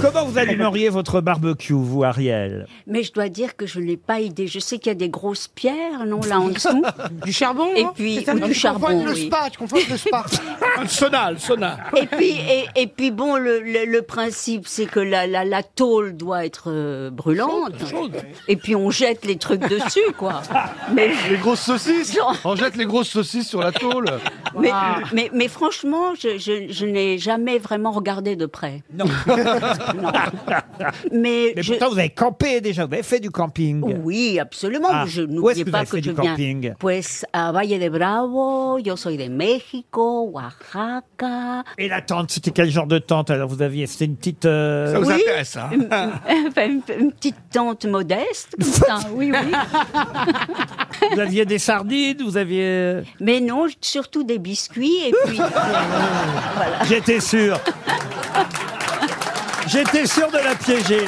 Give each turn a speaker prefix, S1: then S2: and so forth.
S1: Comment vous allumeriez votre barbecue, vous, Ariel
S2: Mais je dois dire que je n'ai pas idée. Je sais qu'il y a des grosses pierres, non, là en dessous.
S3: Du charbon
S2: Et
S3: hein
S2: puis,
S3: C'est ça,
S2: ou
S3: tu
S2: du
S3: confonds
S2: charbon.
S3: avec le
S2: oui.
S3: spa, tu confonds avec le spa.
S4: Le sauna, le sauna.
S2: Et puis, et, et puis bon, le, le- le principe, c'est que la, la, la tôle doit être euh, brûlante. Et puis on jette les trucs dessus, quoi. Mais,
S5: Les grosses saucisses
S2: Genre-
S5: On jette les grosses saucisses sur la tôle.
S2: mais, mais, mais franchement, je, je, je n'ai jamais vraiment regardé de près.
S1: Non.
S2: Non. Mais,
S1: Mais
S2: je-
S1: pourtant, vous avez campé déjà, vous avez fait du camping.
S2: Oui, absolument.
S1: Ah,
S2: je
S1: où est-ce
S2: n'oubliez
S1: que vous
S2: pas
S1: avez
S2: que
S1: fait
S2: je
S1: du
S2: viens.
S1: camping
S2: Pues à Valle de Bravo, yo soy de México, Oaxaca.
S1: Et la tente, c'était quel genre de tente Alors, vous aviez, c'était une petite... euh,
S4: Ça vous
S2: Oui.
S4: intéresse, hein
S2: Une- une- enfin, une, une petite tente modeste, comme ça, oui, oui.
S1: vous aviez des sardines, vous aviez...
S2: Mais non, surtout des biscuits et puis.
S1: J'étais sûr. J'étais sûr de la piéger.